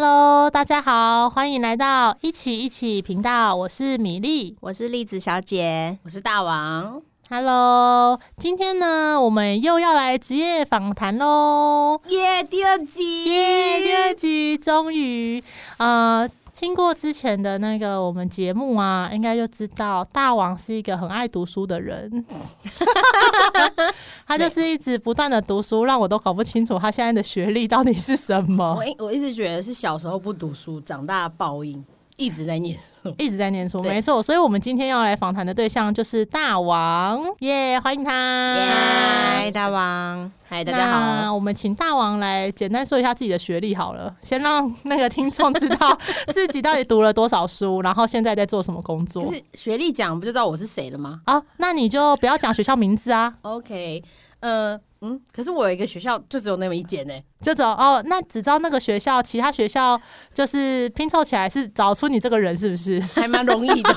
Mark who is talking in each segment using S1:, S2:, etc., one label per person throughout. S1: Hello，大家好，欢迎来到一起一起频道，我是米粒。
S2: 我是栗子小姐，
S3: 我是大王，
S1: Hello，今天呢，我们又要来职业访谈喽。
S2: 耶、第二集
S1: 耶！第二集终于，呃，听过之前的那个我们节目啊，应该就知道大王是一个很爱读书的人， 他就是一直不断的读书，让我都搞不清楚他现在的学历到底是什么
S3: 我，一我一直觉得是小时候不读书，长大报应，一直在念书。
S1: 一直在念书。
S3: 对
S1: 没错，所以我们今天要来访谈的对象就是大王，耶、欢迎他。
S2: 嗨，大王，
S3: 嗨，大家好，
S1: 那我们请大王来简单说一下自己的学历好了，先让那个听众知 道自己到底读了多少书，然后现在在做什么工
S3: 就
S1: 作。
S3: 是学历讲不就知道我是谁了吗
S1: 好、那你就不要讲学校名字啊，
S3: ？OK，呃，嗯，可是我有一个学校就只有那么一间呢、
S1: 就走哦。那只知道那个学校，其他学校就是拼凑起来是找出你这个人是不是
S3: 还蛮容易 的，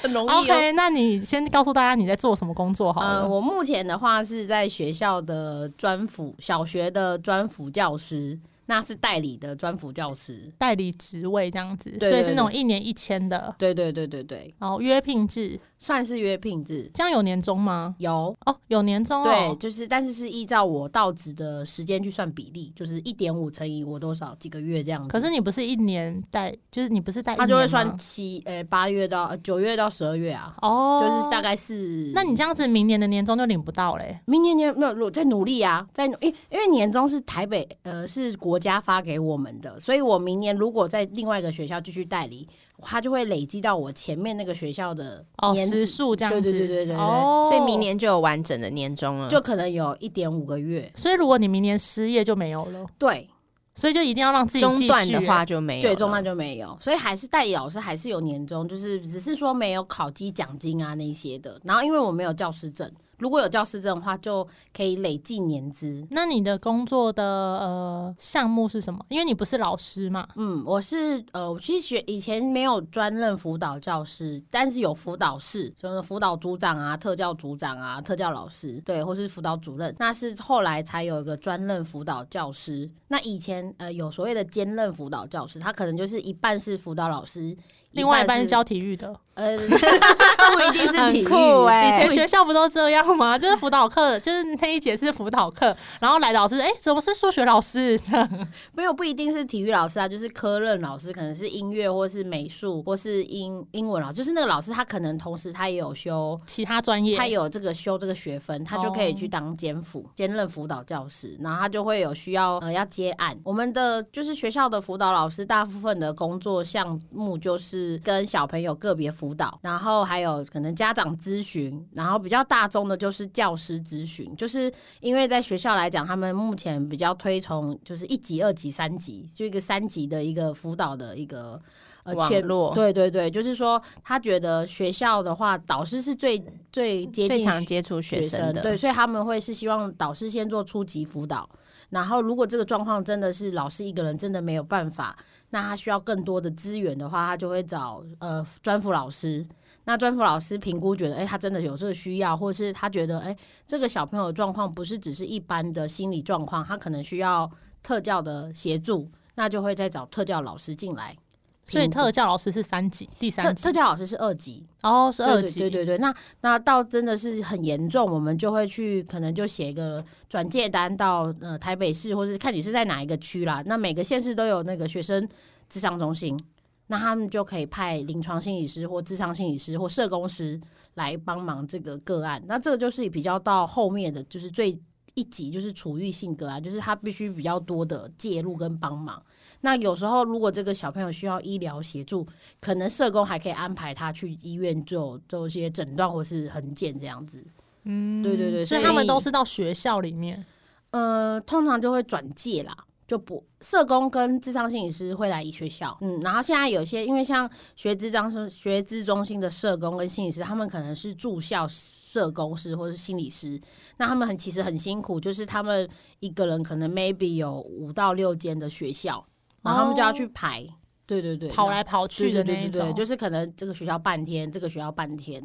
S3: 很容易哦。
S1: ？OK，那你先告诉大家你在做什么工作好了。
S3: 呃，我目前的话是在学校的专辅，小学的专辅教师，那是代理的专辅教师。
S1: 代理职位这样子，
S3: 对
S1: 所以
S3: 对
S1: 是那种
S3: 对
S1: 一年一签的，
S3: 对对对对对，
S1: 然后约聘制，
S3: 算是约聘制，
S1: 这样有年终吗？
S3: 有
S1: 哦，有年终
S3: 对，
S1: 哦。
S3: 就是，但是是依照我到职的时间去算比例，就是一点五乘以我多少几个月这样子。
S1: 可是你不是一年带，就是你不是带一年吗，
S3: 他就会算七，呃、八月到呃九月到十二月啊，
S1: 哦，
S3: 就是大。概是。
S1: 那你这样子，明年的年终就领不到嘞。
S3: 明年年没有我在努力啊，在努因因为年终是台北呃是国家发给我们的，所以我明年如果在另外一个学校继续代理，他就会累积到我前面那个学校的
S1: 哦，
S3: 年
S1: 时
S3: 资，
S1: 数这样子，
S3: 对对对对对对
S1: 哦，
S2: 所以明，年就有完整的年终了。
S3: 就可能有一点五个月。
S1: 所以如果你明年失业就没有了，
S3: 对，
S1: 所以就一定要让自己
S2: 中
S1: 继
S2: 断
S1: 续
S2: 的话，就没有了，
S3: 对，中段就没有，所以还是代理老师还是有年终，就是只是说没有考绩奖金啊那些的。然后因为我没有教师证，如果有教师证的话，就可以累计年资。
S1: 那你的工作的呃项目是什么？因为你不是老师嘛，
S3: 嗯，我是呃，我其实学以前没有专任辅导教师，但是有辅导室，就是辅导组长啊、特教组长啊、特教老师，对，或是辅导主任。那是后来才有一个专任辅导教师。那以前呃有所谓的兼任辅导教师，他可能就是一半是辅导老师，
S1: 另外一半是
S3: 是
S1: 教体育的。
S3: 呃， 不一定是体
S2: 很
S3: 育，
S2: 酷哎、
S1: 以前学校不都这样吗？ 就是辅导课，就是那一节是辅导课，然后来老师，哎、怎么是数学老师？
S3: 没有不一定是体育老师啊，就是科任老师，可能是音乐或是美术或是英英文老师，就是那个老师他可能同时他也有修，
S1: 其他专业
S3: 他有这个修这个学分，他就可以去当监辅、兼任辅导教师，然后他就会有需要呃要接案。我们的就是学校的辅导老师，大部分的工作项目就是跟小朋友个别辅导，然后还有可能家长咨询，然后比较大众的就是教师咨询，就是因为在学校来讲，他们目前比较推崇就是一级、二级、三级，就一个三级的一个辅导的一个呃
S2: 网
S3: 全
S2: 络
S3: 对对对，就是说他觉得学校的话，导师是最最接
S2: 最
S3: 近
S2: 常接触学
S3: 学
S2: 生
S3: 生
S2: 的，
S3: 对，所以他们会是希望导师先做初级辅导，然后如果这个状况真的是老师一个人真的没有办法，那他需要更多的资源的话，他就会找呃专辅老师。那专辅老师评估觉得，哎、他真的有这个需要，或是他觉得，哎、这个小朋友的状况不是只是一般的心理状况，他可能需要特教的协助，那就会再找特教老师进来。
S1: 所以特教老师是三级，第
S3: 特
S1: 三级
S3: 特，教老师是二级，
S1: 哦，是二
S3: 对
S1: 级，
S3: 对对对对，那那到真的是很严重，我们就会去可能就写一个转介单到呃台北市，或是看你是在哪一个区啦。那每个县市都有那个学生智商中心，那他们就可以派临床心理师或智商心理师或社工师来帮忙这个个案。那这个就是比较到后面的，就是最一级就是处遇性格啊，就是他必须比较多的介入跟帮忙。那有时候如果这个小朋友需要医疗协助，可能社工还可以安排他去医院做做一些诊断或是横检这样子。嗯，对对对，
S1: 所以他们都是到学校里面，
S3: 呃，通常就会转介啦。就不社工跟智商心理师会来学校，嗯，然后现在有些因为像学智障生学智中心的社工跟心理师，他们可能是住校社工师或是心理师，那他们很其实很辛苦，就是他们一个人可能 maybe 有五到六间的学校，然后他们就要去排，对对对，
S1: 跑来跑去的
S3: 对
S1: 那
S3: 对
S1: 一
S3: 对对
S1: 种，
S3: 对，就是可能这个学校半天，这个学校半天。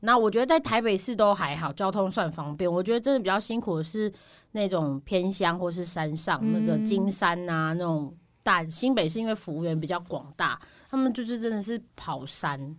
S3: 那我觉得在台北市都还好，交通算方便。我觉得真的比
S1: 嗯
S3: 较辛苦的是那种偏乡或是山上、那个金山啊那种大，新北是因为幅员比较广大，他们就是真的是跑山。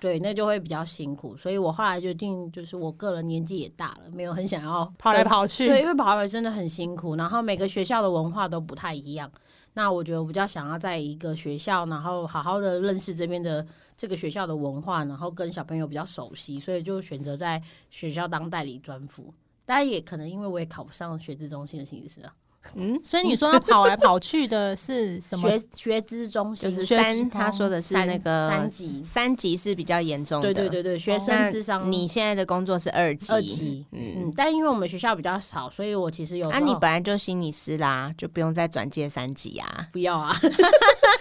S3: 对，那就会比较辛苦，所以我后来决定，就是我个人年纪也大了，没有很想要
S1: 跑来
S3: 跟
S1: 跑去，
S3: 对，因为跑来真的很辛苦，然后每个学校的文化都不太一样。那我觉得我比较想要在一个学校，然后好好的认识这边的这个学校的文化，然后跟小朋友比较熟悉，所以就选择在学校当代理专辅。当然也可能因为我也考不上学资中心的心理师啊，
S2: 嗯，
S1: 所以你说他跑来跑去的是什么？
S3: 学学资中心
S2: 就是
S1: 学
S2: 三，
S1: 生
S2: 他说的是
S3: 三
S2: 那个
S3: 三级，
S2: 哦三级是比较严重
S3: 对
S2: 的，
S3: 对对对，学
S2: 那
S3: 生智商
S2: 你现在的工作是二级，
S3: 二级，
S2: 嗯，
S3: 嗯，但因为我们学校比较少，所以我其实有
S2: 啊，
S3: 时
S2: 你
S3: 候
S2: 本来就心理师啦，就不用再转介三级啊。
S3: 不要啊，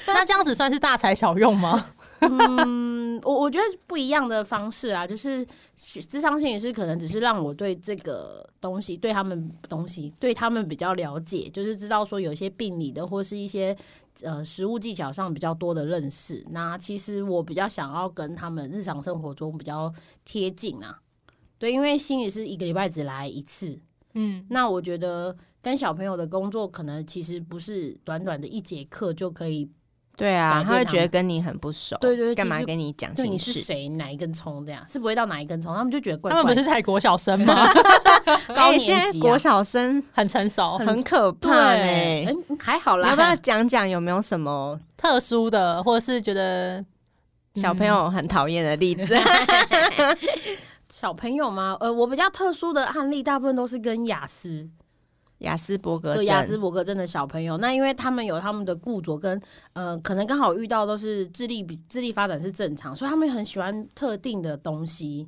S1: 那这样子算是大材小用吗？
S3: 嗯，我我觉得不一样的方式啊，就是学智商心理师可能只是让我对这个东西，对他们东西，对他们比较了解，就是知道说有一些病理的或是一些呃实务技巧上比较多的认识。那其实我比较想要跟他们日常生活中比较贴近啊，对，因为心理师一个礼拜只来一次，
S1: 嗯，
S3: 那我觉得跟小朋友的工作可能其实不是短短的一节课就可以
S2: 对
S3: 改
S2: 啊，
S3: 变
S2: 他会
S3: 他
S2: 觉得
S3: 们
S2: 跟你很不熟，
S3: 对对对
S2: 干
S3: 其
S2: 嘛
S3: 实
S2: 跟你讲
S3: 对你
S2: 心
S3: 是
S2: 事？
S3: 谁哪一根葱这样，是不会到哪一根葱，他们就觉 得怪
S1: 他们
S3: 怪
S1: 不
S3: 的。
S1: 是在国小生吗？
S3: 高
S2: 哎
S3: 年
S2: 现在
S3: 级啊
S2: 国小生
S1: 很成熟，
S2: 哦很哎可怕呢、
S3: 对，嗯，还好
S2: 你要不要
S3: 啦。
S2: 讲讲有没有什么
S1: 特殊的，或者是觉得嗯
S2: 小朋友很讨厌的例 子？
S3: 小朋友吗？呃，我比较特殊的案例，大部分都是跟雅思，
S2: 雅斯伯格
S3: 对
S2: 症，
S3: 雅思伯格症的小朋友。那因为他们有他们的固着跟呃，可能刚好遇到都是智力比智力发展是正常，所以他们很喜欢特定的东西。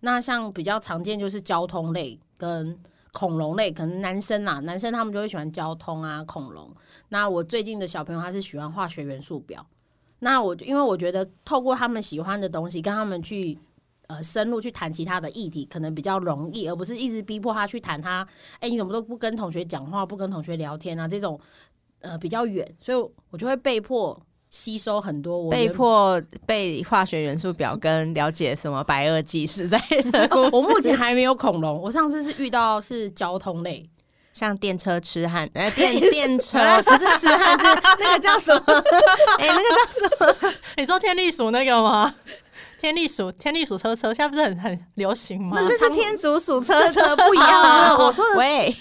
S3: 那像比较常见就是交通类跟恐龙类，可能男生啦，男生他们就会喜欢交通啊、恐龙。那我最近的小朋友他是喜欢化学元素表，那我因为我觉得透过他们喜欢的东西，跟他们去。呃，深入去谈其他的议题可能比较容易，而不是一直逼迫他去谈他，哎、你怎么都不跟同学讲话，不跟同学聊天啊，这种呃比较远，所以我就会被迫吸收很多我
S2: 被
S3: 原
S2: 迫被化学元素表跟了解什么白垩纪时代的故事
S3: 我目前还没有恐龙，我上次是遇到是交通类，
S2: 像电车痴汉，呃，电电车不是痴汉，是那个叫什么？哎、那个叫什么？
S1: 你说天地鼠那个吗？ 天地鼠，天地鼠车车，现在不是很很流行吗？
S2: 那是天竺鼠车车不
S3: 不一样啊！我说的
S2: 喂，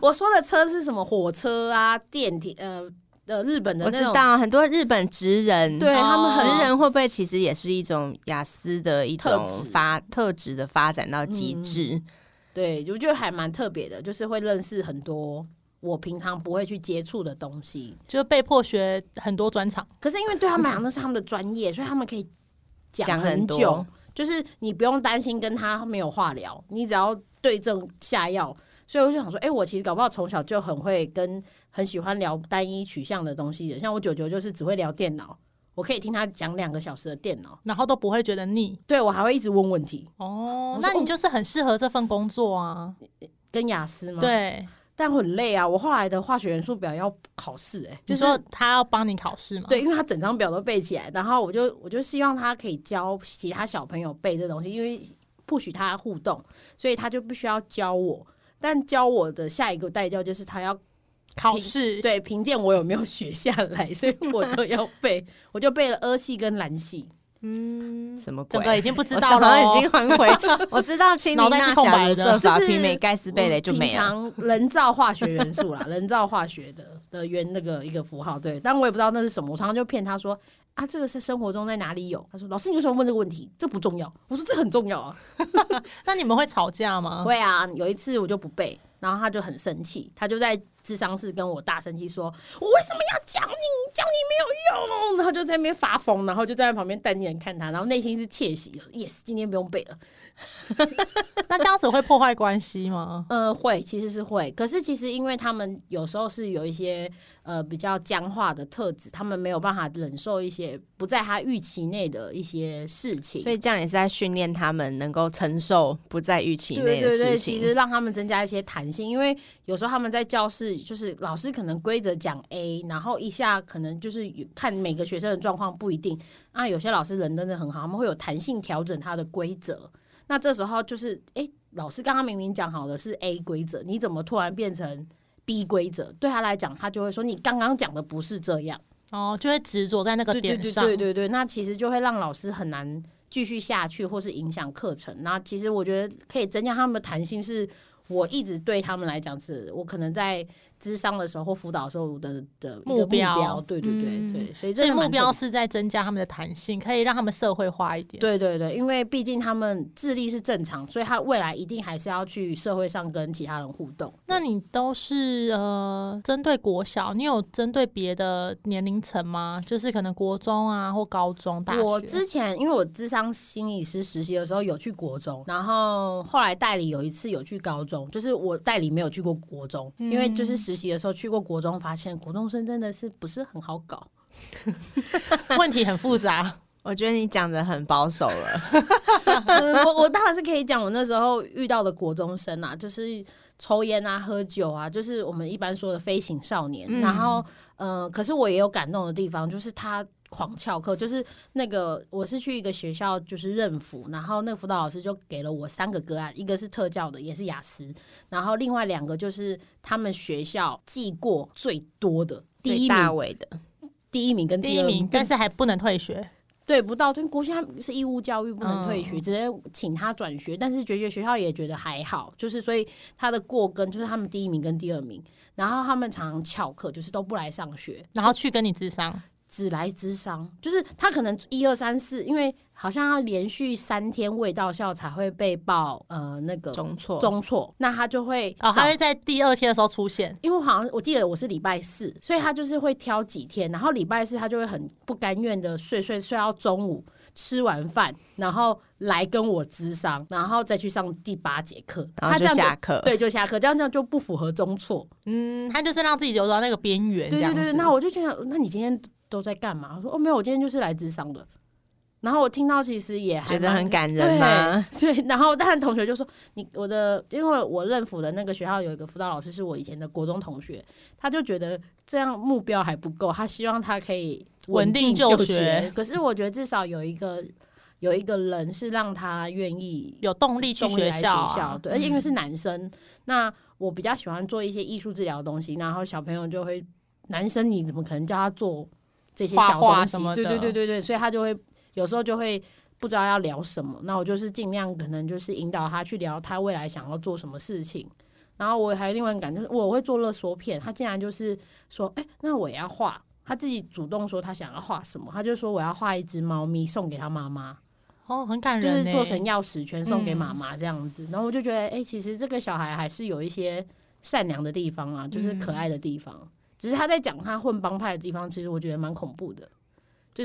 S3: 我说的车是什么？火车啊，电梯，呃呃，日本的
S2: 我
S3: 那
S2: 知
S3: 种，
S2: 道很多日本职人，
S3: 对
S1: 哦
S3: 他们
S2: 职
S3: 很
S2: 人会不会其实也是一种雅思的一种
S3: 特质
S2: 发特质的发展到极致？
S3: 对，我觉得还蛮特别的，就是会认识很多我平常不会去接触的东西。
S1: 就被迫学很多专场，
S3: 可是因为对他们来讲那是他们的专业，所以他们可以
S2: 讲
S3: 讲
S2: 很
S3: 很
S2: 多
S3: 久，就是你不用担心跟他没有话聊，你只要对症下药。所以我就想说，哎、我其实搞不好从小就很会跟很喜欢聊单一取向的东西的，像我舅舅就是只会聊电脑，我可以听他讲两个小时的电脑，
S1: 然后都不会觉得腻
S3: 对我还会一直问问题，
S1: 哦
S3: 我说
S1: 那
S3: 哦
S1: 你就是很适合这份工作啊。
S3: 跟雅思吗？，
S1: 对，
S3: 但我很累啊，我后来的化学元素表要考试、哎，
S1: 就
S3: 就是是
S1: 说他要帮你考试嘛？
S2: 啊
S3: 对，因为他整张表都背起来，然后我就我就希望他可以教其他小朋友背这东西，因为不许他互动，所以他就必须要教我。但教我的下一个代教就是他要
S1: 考试，
S3: 对评鉴我有没有学下来，所以我就要背，我就背了阿系跟蓝系。
S1: 嗯，
S2: 什么鬼
S1: 整？个已经不知
S2: 我
S1: 道
S2: 早
S1: 了
S2: 上
S1: 哦，
S2: 已经还回，我知道青
S1: 脑
S2: 林
S1: 袋
S2: 那
S1: 是空
S2: 假
S1: 白
S2: 如
S1: 的
S2: 色法
S3: 就是
S2: 媲美盖斯贝雷就没
S3: 嗯平
S2: 了。
S3: 常人造化学元素啦，人造化学的的原那个一个符号，对，但我也不知道那是什么，我常常就骗他说啊，这个是生活中在哪里有？他说老师你为什么问这个问题？这不重要。我说这很重要啊。
S1: 那你们会吵架吗？
S3: 会啊，有一次我就不背，然后他就很生气，他就在智商室跟我大声气说：“我为什么要讲你？讲你没有用。”然后就在那边发疯，然后就在旁边淡定的看他，然后内心是窃喜的，yes，今天不用背了。
S1: 那这样子会破坏关系吗？
S3: 呃，会，其实是会，可是其实因为他们有时候是有一些呃比较僵化的特质，他们没有办法忍受一些不在他预期内的一些事情，
S2: 所以这样也是在训练他们能够承受不在预期内
S3: 对
S2: 的
S3: 对对，
S2: 事
S3: 其
S2: 情。
S3: 实让他们增加一些弹性，因为有时候他们在教室就是老师可能规则讲 A，然后一下可能就是有看每个学生的状况不一定啊，有些老师人真的很好，他们会有弹性调整他的规则。那这时候就是，诶，老师刚刚明明讲好的是 A 规则，你怎么突然变成逼规则，对他来讲，他就会说你刚刚讲的不是这样。
S1: 哦，就会执着在那个
S3: 对对
S1: 点
S3: 对
S1: 上。
S3: 对对对，那其实就会让老师很难继续下去，或是影响课程。那其实我觉得可以增加他们的弹性是，我一直对他们来讲是，我可能在咨商的时候或辅导的时候的的一个
S1: 目
S3: 目
S1: 标
S3: 对对对、
S1: 嗯
S3: 对，所以这
S1: 所以
S3: 个蛮
S1: 目
S3: 特
S1: 标
S3: 别
S1: 是在增加他们的弹性，可以让他们社会化一点。
S3: 对对对，因为毕竟他们智力是正常，所以他未来一定还是要去社会上跟其他人互动。
S1: 那你都是呃针对国小，你有针对别的年龄层吗？就是可能国中啊或高中、大学。
S3: 我之前因为我智商心理师实习的时候有去国中，然后后来代理有一次有去高中，就是我代理没有去过国中，因为就是
S1: 嗯
S3: 实习的时候去过国中，发现国中生真的是不是很好搞。
S1: 问题很复 杂，
S2: 我觉得你讲的很保守 了，
S3: 呃我我当然是可以讲我那时候遇到的国中生啊，就是抽烟啊、喝酒啊，就是我们一般说的飞行少年。
S1: 嗯
S3: 然后，呃，可是我也有感动的地方，就是他。狂翘课就是那个，我是去一个学校，就是认辅，然后那个辅导老师就给了我三个个案，一个是特教的，也是雅思，然后另外两个就是他们学校记过最多的第
S2: 对
S3: 一
S2: 大
S3: 名，
S2: 伟的，
S3: 第一名跟
S1: 第
S3: 第
S1: 一
S3: 二
S1: 名，但
S3: 跟
S1: 是还不能退学。
S3: 对，不到，因为国学它是义务教育，不能退学，
S1: 嗯
S3: 只能请他转学。但是觉觉学校也觉得还好，就是所以他的过跟就是他们第一名跟第二名，然后他们常常翘课，就是都不来上学，
S1: 然后去跟你智商，
S3: 只来智商。就是他可能一二三四，因为好像要连续三天未到校才会被报呃那个
S2: 中错，
S3: 中错，那他就会
S1: 哦，
S3: 找
S1: 他会在第二天的时候出现，
S3: 因为我好像我记得我是礼拜四，所以他就是会挑几天，然后礼拜四他就会很不甘愿的睡睡睡到中午，吃完饭，然后来跟我咨商，然后再去上第八节课，
S2: 然
S3: 他
S2: 后
S3: 这
S2: 就
S3: 样
S2: 下课，
S3: 对就下课，这样这样就不符合中错。
S1: 嗯，他就是让自己流到那个边缘，这
S3: 对对
S1: 样子
S3: 对，那我就觉得，那你今天都在干嘛？我说哦没有，我今天就是来咨商的。然后我听到其实也还
S2: 觉得
S3: 蛮
S2: 很感 人吗？
S3: 对，然后但同学就说你我的，因为我认府的那个学校有一个辅导老师是我以前的国中同学，他就觉得这样目标还不够，他希望他可以
S1: 稳定
S3: 定
S1: 就
S3: 学。
S1: 学
S3: 可是我觉得至少有一个有一个人是让他愿意
S1: 有动力去
S3: 动力来
S1: 学
S3: 学
S1: 校、啊，
S3: 对，而且因为
S1: 嗯
S3: 是男生，那我比较喜欢做一些艺术治疗的东西，然后小朋友就会，男生你怎么可能叫他做这些
S1: 画
S3: 小
S1: 画
S3: 东西？
S1: 什么
S3: 对
S1: 的
S3: 对对对对，所以他就会有时候就会不知道要聊什么，那我就是尽量可能就是引导他去聊他未来想要做什么事情。然后我还有另外一个感觉，就是我会做勒索片，他竟然就是说，哎、那我也要画。他自己主动说他想要画什么，他就说我要画一只猫咪送给他妈妈。
S1: 哦，很感
S3: 就
S1: 人
S3: 是
S1: 呢，
S3: 做成钥匙圈送给
S1: 嗯
S3: 妈妈这样子。然后我就觉得，哎、其实这个小孩还是有一些善良的地方啊，就是可爱的地方。只是他在讲他混帮派的地方，其实我觉得蛮恐怖的，就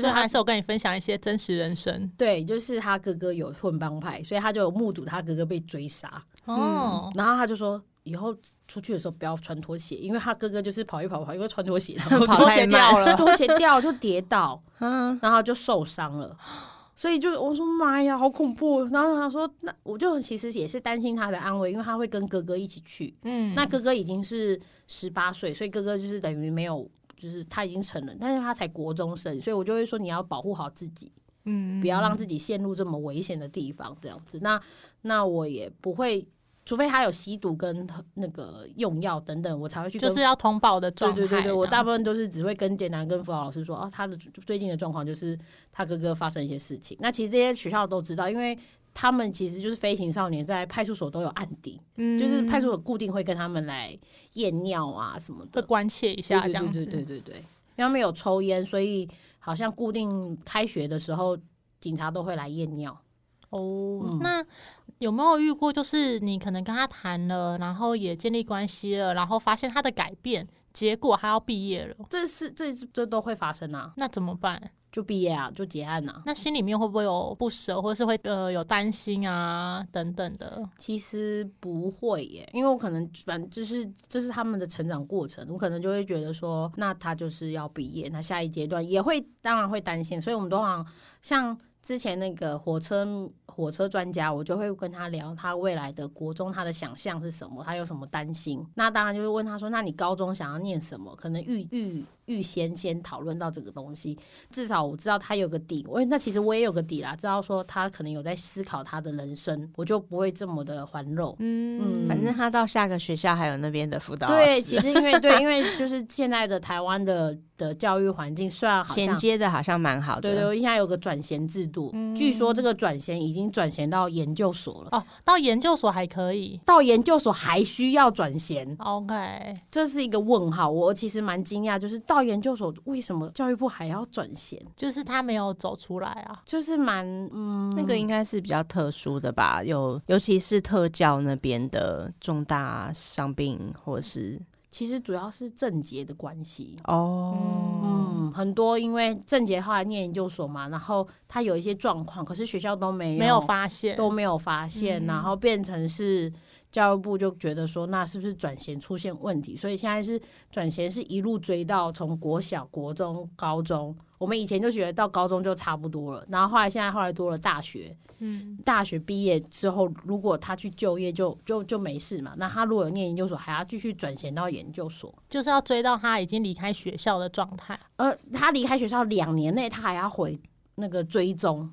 S1: 就是是还
S3: 他。
S1: 是有跟你分享一些真实人生
S3: 啊对，就是他哥哥有混帮派，所以他就有目睹他哥哥被追杀，
S1: 哦。
S3: 然后他就说以后出去的时候不要穿拖鞋，因为他哥哥就是跑一跑跑，因为穿拖鞋然 后
S2: 跑
S1: 拖
S2: 太
S1: 鞋
S2: 慢
S1: 掉了，
S3: 拖鞋掉就跌 倒，
S2: 嗯，
S3: 然后就受伤了。所以就我说妈呀，好恐怖！哦然后他说，那我就其实也是担心他的安危，因为他会跟哥哥一起去。
S1: 嗯，
S3: 那哥哥已经是十八岁，所以哥哥就是等于没有，就是他已经成人，但是他才国中生，所以我就会说你要保护好自己，
S1: 嗯
S3: 不要让自己陷入这么危险的地方，这样子。那那我也不会，除非他有吸毒跟那个用药等等，我才会去跟
S1: 就是要通报的状
S3: 对
S1: 态。
S3: 对对对，我
S1: 这样
S3: 大部分都是只会跟简单跟辅导老师说，哦，他的最近的状况就是他哥哥发生一些事情。那其实这些学校都知道，因为他们其实就是飞行少年在派出所都有案底，
S1: 嗯
S3: 就是派出所固定会跟他们来验尿啊什么
S1: 嗯会
S3: 的，
S1: 关切一
S3: 对
S1: 下这
S3: 对
S1: 样
S3: 对
S1: 子。
S3: 对对对对，因为他们有抽烟，所以好像固定开学的时候警察都会来验尿。
S1: 哦，
S3: 嗯
S1: 那有没有遇过，就是你可能跟他谈了，然后也建立关系了，然后发现他的改变，结果他要毕业了，
S3: 这是这这都会发生啊，
S1: 那怎么办？
S3: 就毕业啊，就结案啊。
S1: 那心里面会不会有不舍，或是会呃有担心啊等等的？
S3: 其实不会耶，因为我可能反正就是这是他们的成长过程，我可能就会觉得说，那他就是要毕业，那下一阶段也会当然会担心，所以我们通常像之前那个火车火车专家，我就会跟他聊他未来的国中他的想象是什么，他有什么担心，那当然就会问他说，那你高中想要念什么？可能预预预先先讨论到这个东西，至少我知道他有个底。我那其实我也有个底啦，知道说他可能有在思考他的人生，我就不会这么的环肉。
S1: 嗯
S3: 嗯
S2: 反正他到下个学校还有那边的辅导老
S3: 对，
S2: 师
S3: 其实因为 对，因为就是现在的台湾的的教育环境，虽然好
S2: 衔
S3: 像
S2: 接的好像蛮好的。
S3: 对对，现在有个转衔制度，据说这个转衔已经转衔到研究所了，
S1: 哦，到研究所还可以
S3: 到研究所还需要转衔，
S1: ，OK，
S3: 这是一个问号。我其实蛮惊讶，就是到研究所为什么教育部还要转衔，
S1: 就是他没有走出来啊。
S3: 就是蛮嗯，
S2: 那个应该是比较特殊的吧，有尤其是特教那边的重大伤病或是
S3: 其实主要是症结的关系。
S2: 哦，
S3: 嗯，很多因为郑杰后来念研究所嘛，然后他有一些状况，可是学校都没有
S1: 没有发现，
S3: 都没有发现，
S1: 嗯
S3: 然后变成是教育部就觉得说，那是不是转衔出现问题？所以现在是转衔是一路追到从国小、国中、高中，我们以前就觉得到高中就差不多了，然后后来现在后来多了大学，
S1: 嗯，
S3: 大学毕业之后，如果他去就业就就就没事嘛，那他如果有念研究所，还要继续转衔到研究所。
S1: 就是要追到他已经离开学校的状态，
S3: 呃，他离开学校两年内，他还要回那个追踪，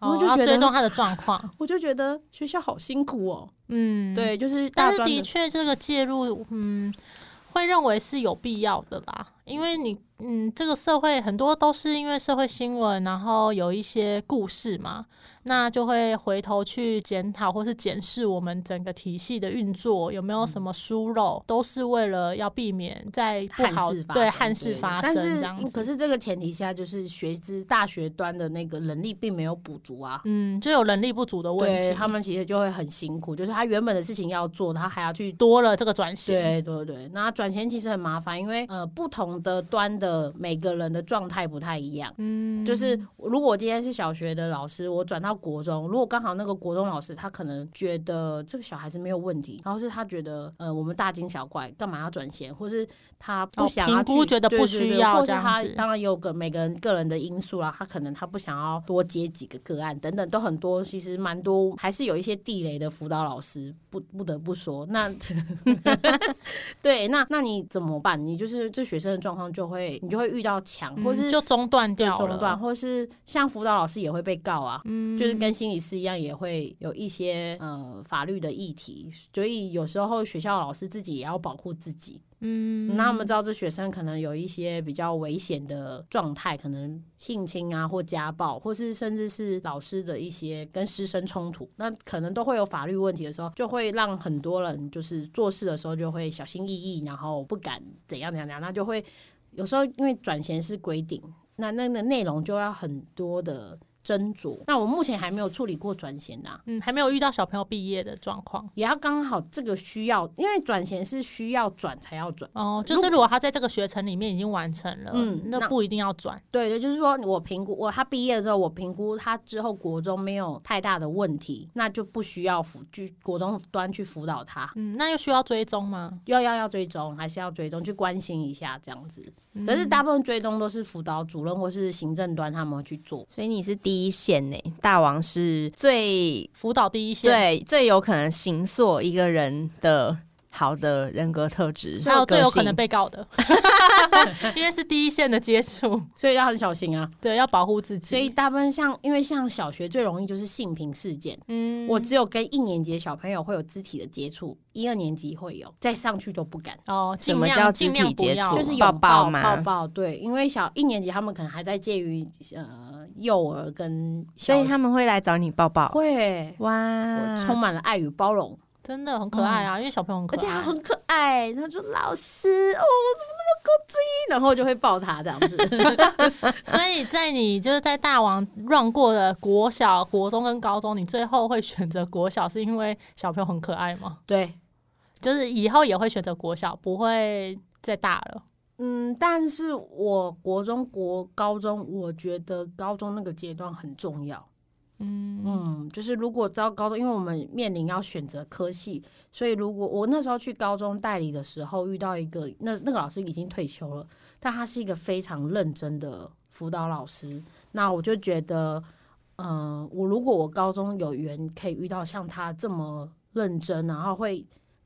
S3: 我
S1: 哦，
S3: 就
S1: 要
S3: 觉得
S1: 追踪他的状况。
S3: 我就觉得学校好辛苦哦。
S1: 嗯，。
S3: 对，就是大
S1: 但是
S3: 专
S1: 的
S3: 的
S1: 确，这个介入，嗯，会认为是有必要的啦，因为你，嗯，这个社会很多都是因为社会新闻，然后有一些故事嘛，那就会回头去检讨或是检视我们整个体系的运作有没有什么疏漏，都是为了要避免在不好
S3: 汉室发
S1: 对
S3: 生
S1: 憾事发生
S3: 但
S1: 这
S3: 是嗯
S1: 样子。
S3: 可是这个前提下，就是学资大学端的那个能力并没有补足啊。
S1: 嗯，就有人力不足的问
S3: 对
S1: 题，
S3: 他们其实就会很辛苦，就是他原本的事情要做，他还要去。
S1: 多了这个转型，
S3: 对对对，那转衔其实很麻烦，因为呃不同的端的每个人的状态不太一样。
S1: 嗯，
S3: 就是如果我今天是小学的老师，我转到国中，如果刚好那个国中老师他可能觉得这个小孩子没有问题，然后是他觉得呃我们大惊小怪，干嘛要转衔，或是他不
S1: 哦
S3: 想要去、
S1: 评估觉得不
S3: 对对
S1: 需
S3: 对
S1: 要
S3: 或
S1: 这
S3: 是
S1: 样
S3: 他
S1: 子
S3: 当然有个每个人个人的因素啦，他可能他不想要多接几个个案等等，都很多，其实蛮多，还是有一些地雷的辅导老师，不不得不说， 那 对，那那你怎么办？你就是这学生的状况就会你就会遇到墙，
S1: 嗯
S3: 或是
S1: 就中断
S3: 对
S1: 掉了，嗯
S3: 中断，或是像辅导老师也会被告啊，就是跟心理师一样，也会有一些呃法律的议题，所以有时候学校老师自己也要保护自己。
S1: 嗯，
S3: 那他们知道这学生可能有一些比较危险的状态，可能性侵啊，或家暴，或是甚至是老师的一些跟师生冲突，那可能都会有法律问题的时候，就会让很多人就是做事的时候就会小心翼翼，然后不敢怎样怎样怎样，那就会有时候因为转衔是规定，那那个内容就要很多的斟酌。那我目前还没有处理过转衔的啊、
S1: 嗯还没有遇到小朋友毕业的状况。
S3: 也要刚好这个需要，因为转衔是需要转才要转。
S1: 哦，就是如果他在这个学程里面已经完成了，
S3: 嗯
S1: 那
S3: 那
S1: 不一定要转。
S3: 对对，就是说我评估我他毕业之后，我评估他之后国中没有太大的问题，那就不需要辅去国中端去辅导他，
S1: 嗯，那又需要追踪吗？
S3: 要要要追踪，还是要追踪去关心一下这样子。可是大部分追踪都是辅导主任或是行政端他们会去做。
S2: 所以你是第一线呢，欸大王是最
S1: 辅导第一线，
S2: 对最有可能形塑一个人的好的人格特质，
S1: 还有最有
S2: 个性
S1: 可能被告的，因为是第一线的接触，
S3: 所以要很小心啊！
S1: 对，要保护自己。
S3: 所以大部分像，因为像小学最容易就是性平事件，
S1: 嗯
S3: 我只有跟一年级的小朋友会有肢体的接触，一二年级会有，再上去就不敢。
S1: 哦，
S2: 什
S1: 尽
S2: 么
S1: 量
S2: 叫肢
S1: 尽量
S2: 体
S1: 不
S2: 接
S1: 要，
S2: 触
S3: 就是
S2: 抱
S3: 拥
S2: 抱
S3: 哦抱
S2: 吗
S3: 抱抱，对，因为小一年级他们可能还在介于呃幼儿跟小，
S2: 所以他们会来找你抱抱。
S3: 会
S2: 哇，
S3: 我充满了爱与包容，
S1: 真的很可爱啊，因为小朋友很可
S3: 嗯而且
S1: 爱
S3: 他。很可爱。他说：“老师，哦，我怎么那么高追？”然后我就会抱他这样子。
S1: 所以在你就是在大王 run 过的国小、国中跟高中，你最后会选择国小，是因为小朋友很可爱吗？
S3: 对，
S1: 就是以后也会选择国小，不会再大了。
S3: 嗯，但是我国中、国高中，我觉得高中那个阶段很重要。
S1: 嗯
S3: 嗯，就是如果到高中，因为我们面临要选择科系，所以如果我那时候去高中代理的时候，遇到一个那那个老师已经退休了，但他是一个非常认真的辅导老师，那我就觉得，嗯、我如果我高中有缘可以遇到像他这么认真，然后会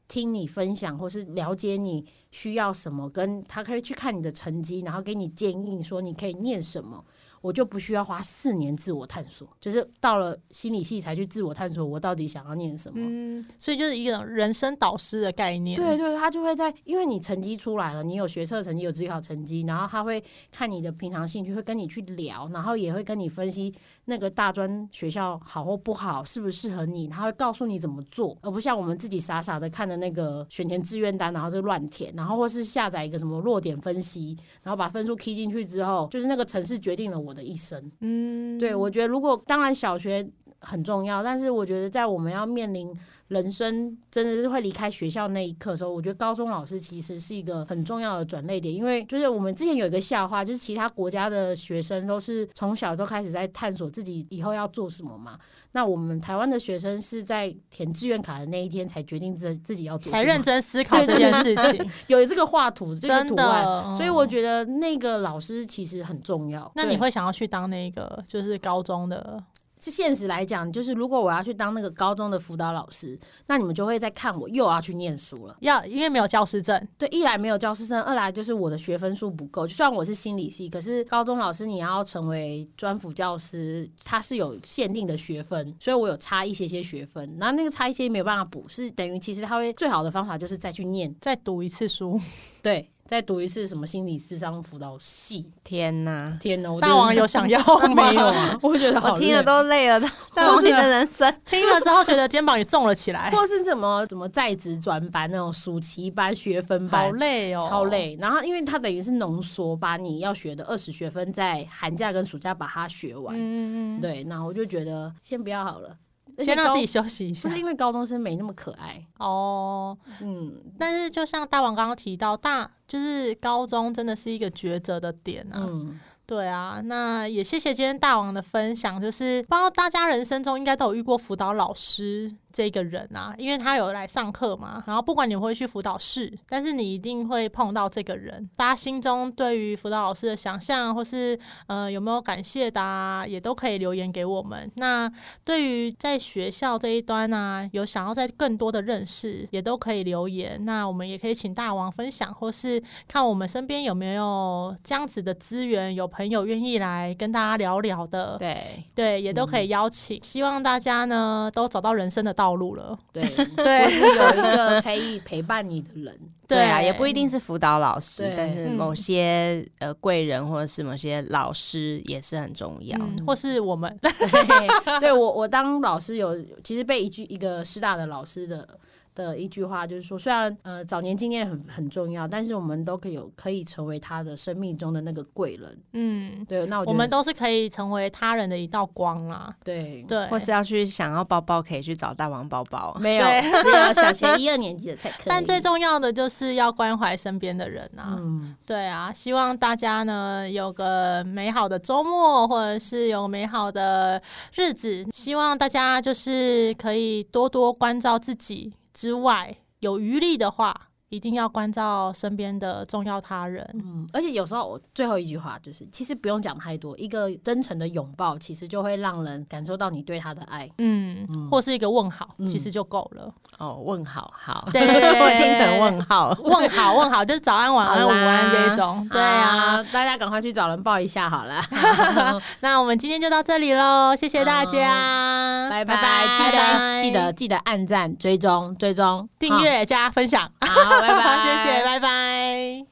S3: 听你分享，或是了解你需要什么，跟他可以去看你的成绩，然后给你建议，说你可以念什么。我就不需要花四年自我探索，就是到了心理系才去自我探索，我到底想要念什么。
S1: 嗯，所以就是一种人生导师的概念。
S3: 对对，他就会在，因为你成绩出来了，你有学测成绩，有职考成绩，然后他会看你的平常兴趣，会跟你去聊，然后也会跟你分析那个大专学校好或不好，适不适合你，他会告诉你怎么做，而不像我们自己傻傻的看的那个选填志愿单，然后就乱填，然后或是下载一个什么弱点分析，然后把分数 key 进去之后，就是那个城市决定了我的一生。
S1: 嗯，
S3: 对，我觉得如果当然小学很重要，但是我觉得在我们要面临人生真的是会离开学校那一刻的时候，我觉得高中老师其实是一个很重要的转捩点，因为就是我们之前有一个笑话，就是其他国家的学生都是从小都开始在探索自己以后要做什么嘛，那我们台湾的学生是在填志愿卡的那一天才决定自自己要做什
S1: 才
S3: 么，
S1: 认真思考
S3: 对
S1: 这
S3: 对
S1: 件事
S3: 对
S1: 情，
S3: 有这个画图这个
S1: 真
S3: 图案，
S1: 的。
S3: 所以我
S1: 嗯
S3: 觉得那个老师其实很重要。
S1: 那
S3: 对
S1: 你会想要去当那个就是高中的
S3: 是现实来讲，就是如果我要去当那个高中的辅导老师，那你们就会在看我又要去念书了。
S1: 要，因为没有教师证，
S3: 对，一来没有教师证，二来就是我的学分数不够。就算我是心理系，可是高中老师你要成为专辅教师，他是有限定的学分，所以我有差一些些学分。然后那个差一些没有办法补，是等于其实他会最好的方法就是再去念，
S1: 再读一次书。
S3: 对，再读一次什么心理智商辅导系。
S2: 天哪！
S3: 天哪，我
S1: 大王有想要吗
S3: 没有？ 啊？我觉得好
S2: 我听了
S3: 累
S2: 都累 了，但我自己的人生，
S1: 听了之后觉得肩膀也重了起 来，
S3: 或是怎么怎么在职专班那种暑期班、学分
S1: 好
S3: 班。
S1: 累哦，
S3: 超。累，然后因为它等于是浓缩，把你要学的二十学分在寒假跟暑假把它学完。
S1: 嗯，
S3: 对，然后我就觉得先不要好了，而且
S1: 先让
S3: 高
S1: 自己休息一下
S3: 不是因为高中生没那么可 爱，
S1: 哦。
S3: 嗯
S1: 但是就像大王刚刚提到，大就是高中真的是一个抉择的点啊。
S3: 嗯，
S1: 对啊，那也谢谢今天大王的分享，就是不知道大家人生中应该都有遇过辅导老师这个人啊，因为他有来上课嘛，然后不管你会去辅导室，但是你一定会碰到这个人。大家心中对于辅导老师的想象，或是呃有没有感谢的、啊，也都可以留言给我们。那对于在学校这一端啊，有想要再更多的认识，也都可以留言。那我们也可以请大王分享，或是看我们身边有没有这样子的资源，有朋友愿意来跟大家聊聊的，
S2: 对，嗯
S1: 对，也都可以邀请。希望大家呢都找到人生的道路 了，
S3: 对，或
S1: 对
S3: 是有一个可以陪伴你的人，
S2: 对啊，也不一定是辅导老师
S3: 对，
S2: 但是
S1: 嗯
S2: 某些呃贵人或者是某些老师也是很重要。
S1: 嗯，或是我 们
S3: 对，对我我当老师有，其实被一句一个师大的老师的的一句话就是说，虽然呃早年经验很很重要，但是我们都可以有可以成为他的生命中的那个贵人。
S1: 嗯，
S3: 对，那我觉
S1: 我
S3: 得
S1: 们都是可以成为他人的一道光啦，
S3: 对
S1: 对，
S2: 或是要去想要抱抱，可以去找大王抱抱。
S3: 没有
S1: 对
S3: 只有小学一二年级的才可 以。
S1: 但最重要的就是要关怀身边的人啊，
S3: 嗯，
S1: 对啊，希望大家呢有个美好的周末，或者是有美好的日子。希望大家就是可以多多关照自己之外，有余力的话，一定要关照身边的重要他人。
S3: 嗯而且有时候我最后一句话就是，其实不用讲太多，一个真诚的拥抱，其实就会让人感受到你对他的 爱。
S1: 嗯，或是一个问好，
S3: 嗯
S1: 其实就够了。
S2: 哦，问好好，
S1: 对
S2: 我听成问
S3: 啊
S2: 号。
S1: 问好，问好，就是早安、晚安、
S3: 好
S1: 午
S3: 啦
S1: 安这一种。对啊，
S3: 好，大家赶快去找人抱一下好了。
S1: 那我们今天就到这里喽，谢谢大家，
S3: 拜
S1: 拜
S3: 拜，记
S1: 拜
S3: 得记得记得按赞、追踪、追踪、
S1: 订阅加分享，
S3: 好。好，拜拜，
S1: 谢谢，拜拜。